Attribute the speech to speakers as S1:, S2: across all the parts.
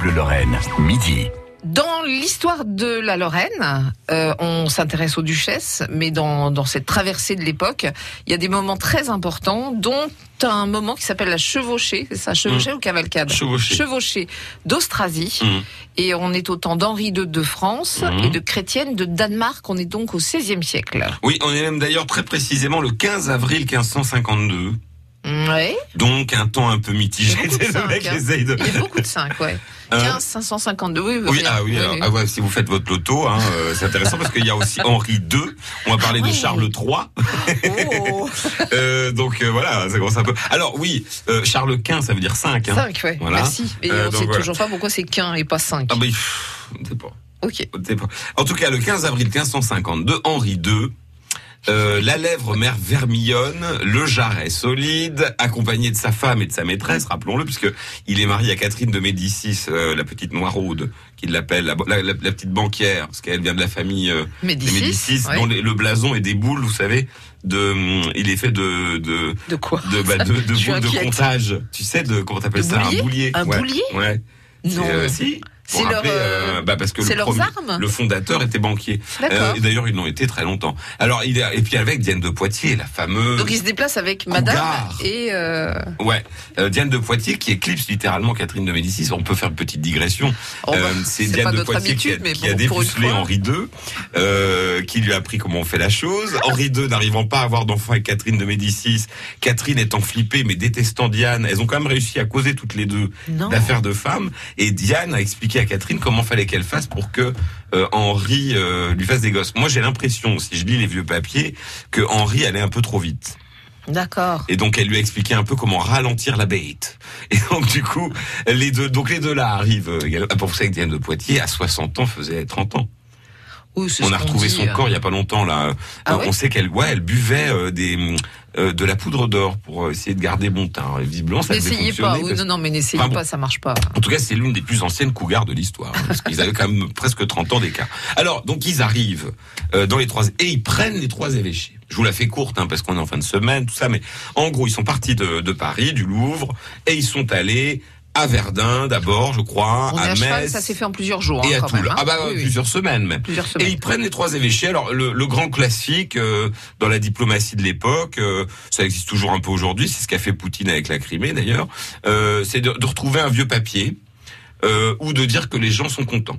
S1: Bleu Lorraine, midi.
S2: Dans l'histoire de la Lorraine, euh, on s'intéresse aux duchesses, mais dans, dans cette traversée de l'époque, il y a des moments très importants, dont un moment qui s'appelle la chevauchée, c'est ça, chevauchée ou cavalcade
S3: Mm. Chevauchée.
S2: Chevauchée d'Austrasie,
S3: Mhm.
S2: et on est au temps d'Henri II de France
S3: Mhm.
S2: et de Chrétienne de Danemark, on est donc au XVIe siècle.
S3: Oui, on est même d'ailleurs très précisément le 15 avril 1552.
S2: Mm, Ouais,
S3: Donc un temps un peu mitigé.
S2: Il y a beaucoup de
S3: Le mec
S2: cinq, hein.
S3: essaye de.
S2: il y a beaucoup de 5, ouais.
S3: Euh,
S2: 15, 552, oui,
S3: oui, ah oui, alors, ah ouais, si vous faites votre loto, hein, euh, c'est intéressant parce qu'il y a aussi Henri II. On va parler
S2: Ah ouais.
S3: de Charles III.
S2: Oh,
S3: Euh, donc euh, voilà, ça commence un peu. Alors oui, euh, Charles Quint, ça veut dire 5. Hein.
S2: 5, ouais,
S3: Voilà.
S2: merci. Et
S3: Euh,
S2: on
S3: donc
S2: sait
S3: voilà.
S2: toujours pas pourquoi c'est qu'un et pas 5.
S3: Ah bah, pff, on sait pas,
S2: Ok.
S3: on sait pas. En tout cas, le 15 avril 1552, Henri II. euh, la lèvre mère vermillonne, le jarret solide, accompagné de sa femme et de sa maîtresse, rappelons-le, puisque il est marié à Catherine de Médicis, euh, la petite noiraude, qu'il l'appelle, la, la- la- la petite banquière, parce qu'elle vient de la famille euh, des
S2: Médicis.
S3: Médicis,
S2: ouais.
S3: dont les- le blason est des boules, vous savez, de, hum, il est fait de, de,
S2: De quoi
S3: de, bah, de, de
S2: Je suis
S3: boules de
S2: inquiète.
S3: comptage. Tu sais, de, comment t'appelles
S2: De
S3: ça?
S2: boulier
S3: Un boulier.
S2: Un
S3: ouais.
S2: boulier
S3: Ouais. C'est,
S2: Non.
S3: euh, si. Pour
S2: C'est leur,
S3: rappeler,
S2: euh,
S3: euh, bah, parce que
S2: c'est
S3: le,
S2: leurs
S3: premier-
S2: armes
S3: le fondateur était banquier.
S2: D'accord.
S3: Euh, et D'ailleurs, ils l'ont été très longtemps. Alors, il a- et puis avec Diane de Poitiers, la fameuse.
S2: Donc il se déplace avec
S3: Cougar.
S2: madame et euh,
S3: Ouais, Euh, Diane de Poitiers qui éclipse littéralement Catherine de Médicis. On peut faire une petite digression.
S2: oh, bah,
S3: Euh, c'est Diane
S2: pas
S3: de
S2: notre
S3: Poitiers
S2: habitude,
S3: qui a,
S2: mais
S3: qui a
S2: bon, pour une
S3: dépucelé
S2: fois.
S3: Henri II, euh, qui lui a appris comment on fait la chose. Henri II n'arrivant pas à avoir d'enfant avec Catherine de Médicis, Catherine étant flippée mais détestant Diane, elles ont quand même réussi à causer toutes les deux
S2: Non.
S3: d'affaires de femmes. Et Diane a expliqué à Catherine comment fallait qu'elle fasse pour que euh, Henri euh, lui fasse des gosses. Moi j'ai l'impression, si je lis les vieux papiers, que Henri allait un peu trop vite.
S2: D'accord.
S3: Et donc elle lui a expliqué un peu comment ralentir la bête. Et donc du coup, les deux, donc les deux là arrivent. également. Ah, Pour ça que Diane de Poitiers à 60 ans faisait 30 ans.
S2: Ou c'est ce
S3: On a
S2: qu'on
S3: retrouvé
S2: dit,
S3: son
S2: euh.
S3: corps il y a pas longtemps là.
S2: Ah
S3: Euh,
S2: ouais
S3: on sait qu'elle ouais, elle buvait euh, des euh, de la poudre d'or pour euh, essayer de garder bon teint. Et Visiblement ça devait
S2: N'essayez pas.
S3: fonctionner.
S2: Oui,
S3: parce-
S2: non, non, mais n'essayez
S3: Enfin, bon.
S2: pas, ça marche pas.
S3: En tout cas, c'est l'une des plus anciennes cougars de l'histoire. hein, parce qu'ils avaient quand même presque 30 ans d'écart. Alors, donc ils arrivent euh, dans les trois et ils prennent les trois évêchés. Je vous la fais courte hein, parce qu'on est en fin de semaine, tout ça. Mais en gros, ils sont partis de, de Paris, du Louvre, et ils sont allés à Verdun d'abord, je crois,
S2: On est
S3: à
S2: à
S3: Metz
S2: cheval, ça s'est fait en plusieurs jours.
S3: et
S2: hein,
S3: à
S2: quand
S3: Toul.
S2: même, hein.
S3: Ah bah
S2: Oui, oui.
S3: plusieurs semaines même.
S2: plusieurs
S3: Et
S2: semaines.
S3: ils prennent les trois évêchés. Alors le, le grand classique euh, dans la diplomatie de l'époque, euh, ça existe toujours un peu aujourd'hui. C'est ce qu'a fait Poutine avec la Crimée d'ailleurs. Euh, c'est de, de retrouver un vieux papier euh, ou de dire que les gens sont contents.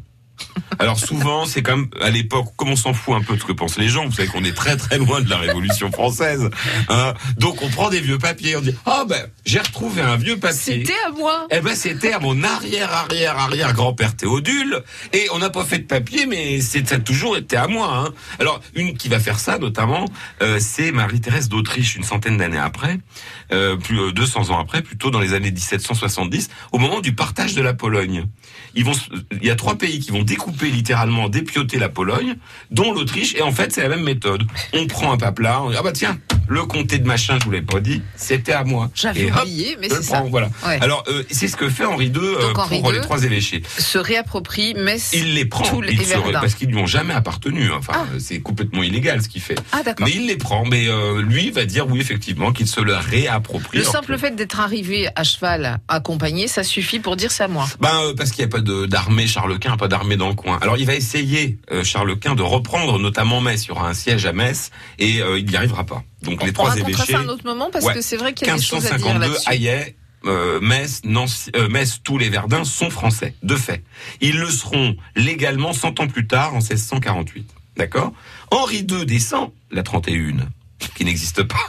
S3: Alors souvent, c'est comme à l'époque, comme on s'en fout un peu de ce que pensent les gens, vous savez qu'on est très très loin de la Révolution française, hein. donc on prend des vieux papiers, on dit ah ben j'ai retrouvé un vieux papier.
S2: C'était à moi.
S3: Eh ben, c'était à mon arrière, arrière, arrière grand-père Théodule. Et on n'a pas fait de papier, mais c'est, ça a toujours été à moi. hein. Alors, une qui va faire ça, notamment, euh, c'est Marie-Thérèse d'Autriche, une centaine d'années après, euh, plus euh, 200 ans après, plutôt dans les années 1770, au moment du partage de la Pologne. Ils vont, se- il y a trois pays qui vont découper littéralement, dépioter la Pologne, dont l'Autriche. Et en fait, c'est la même méthode. On prend un papelard, on dit, ah bah tiens, le comté de machin, je vous l'ai pas dit, c'était à moi.
S2: J'avais
S3: Et hop,
S2: oublié, mais
S3: je
S2: c'est
S3: le
S2: ça.
S3: prends, voilà.
S2: Ouais.
S3: Alors, euh, c'est ce que fait Henri II euh,
S2: Eh. Donc, Henri
S3: pour
S2: II,
S3: les trois évêchés.
S2: Se réapproprie Metz.
S3: Il les prend,
S2: Toul
S3: il
S2: et
S3: se-
S2: Verdun.
S3: parce qu'ils lui ont jamais appartenu. Enfin,
S2: Ah.
S3: euh, c'est complètement illégal ce qu'il fait.
S2: Ah d'accord.
S3: Mais il les prend. Mais euh, lui va dire oui, effectivement, qu'il se la réapproprie.
S2: Le
S3: Alors
S2: simple
S3: que-
S2: fait d'être arrivé à cheval accompagné, ça suffit pour dire c'est à moi.
S3: Ben euh, parce qu'il n'y a pas de- d'armée, Charles Quint, a pas d'armée dans le coin. Alors il va essayer euh, Charles Quint de reprendre notamment Metz. Il y aura un siège à Metz et euh, il n'y arrivera pas. Donc les
S2: On
S3: trois
S2: racontera
S3: évêchés.
S2: ça à un autre moment parce
S3: Ouais.
S2: que c'est vrai qu'il y a des choses à dire
S3: 1552,
S2: là-dessus.
S3: Hayet, euh, Metz, Nancy, euh, Metz, tous les Verdun sont français, de fait. Ils le seront légalement 100 ans plus tard, en 1648. D'accord Henri II descend la 31, qui n'existe pas.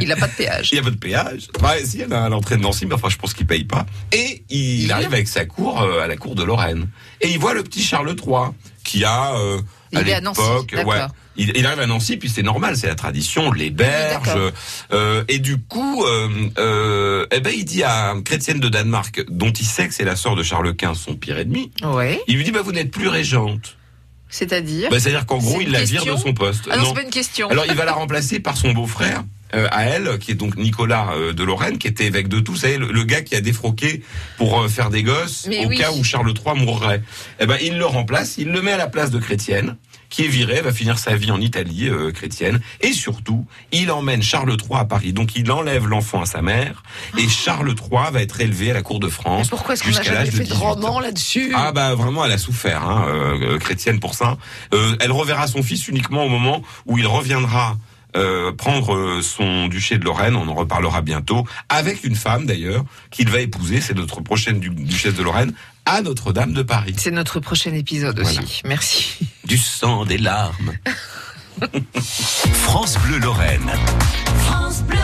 S2: Il n'a pas de péage.
S3: Il y a pas de péage. Ouais, si, il y en a à l'entrée de Nancy, mais enfin, je pense qu'il paye pas. Et il,
S2: Il
S3: arrive avec sa cour euh, à la cour de Lorraine. Et il voit le petit Charles III, qui a... euh, à
S2: Il est à Nancy,
S3: l'époque,
S2: d'accord.
S3: ouais, il, il arrive à Nancy, puis c'est normal, c'est la tradition, on l'héberge.
S2: Oui,
S3: euh, et du coup, euh, euh, eh ben, il dit à Chrétienne de Danemark, dont il sait que c'est la sœur de Charles Quint, son pire ennemi,
S2: Ouais.
S3: il lui dit, bah, vous n'êtes plus régente.
S2: C'est-à-dire
S3: Bah, C'est-à-dire qu'en gros,
S2: C'est
S3: il
S2: une
S3: la vire
S2: question
S3: de son poste.
S2: Ah non,
S3: Non.
S2: c'est pas une question.
S3: Alors, il va la remplacer par son beau-frère. euh, à elle, qui est donc Nicolas euh, de Lorraine, qui était évêque de tout, vous savez, le, le gars qui a défroqué pour euh, faire des gosses
S2: Mais
S3: au
S2: oui.
S3: cas où Charles III mourrait. Eh ben, il le remplace, il le met à la place de Chrétienne, qui est viré, va finir sa vie en Italie euh, chrétienne. Et surtout, il emmène Charles III à Paris. Donc il enlève l'enfant à sa mère. Et Charles III va être élevé à la cour de
S2: Mais
S3: France.
S2: pourquoi est-ce qu'on n'a
S3: jusqu'à l'âge de
S2: jamais fait de
S3: 18 ans.
S2: roman là-dessus
S3: Ah bah vraiment, elle a souffert, hein, euh, euh, chrétienne pour ça. Euh, elle reverra son fils uniquement au moment où il reviendra euh, prendre euh, son duché de Lorraine, on en reparlera bientôt, avec une femme d'ailleurs, qu'il va épouser, c'est notre prochaine du- duchesse de Lorraine, à Notre-Dame de Paris.
S2: C'est notre prochain épisode aussi.
S3: Voilà.
S2: Merci.
S3: Du sang, des larmes.
S1: France Bleu Lorraine.
S4: France Bleu.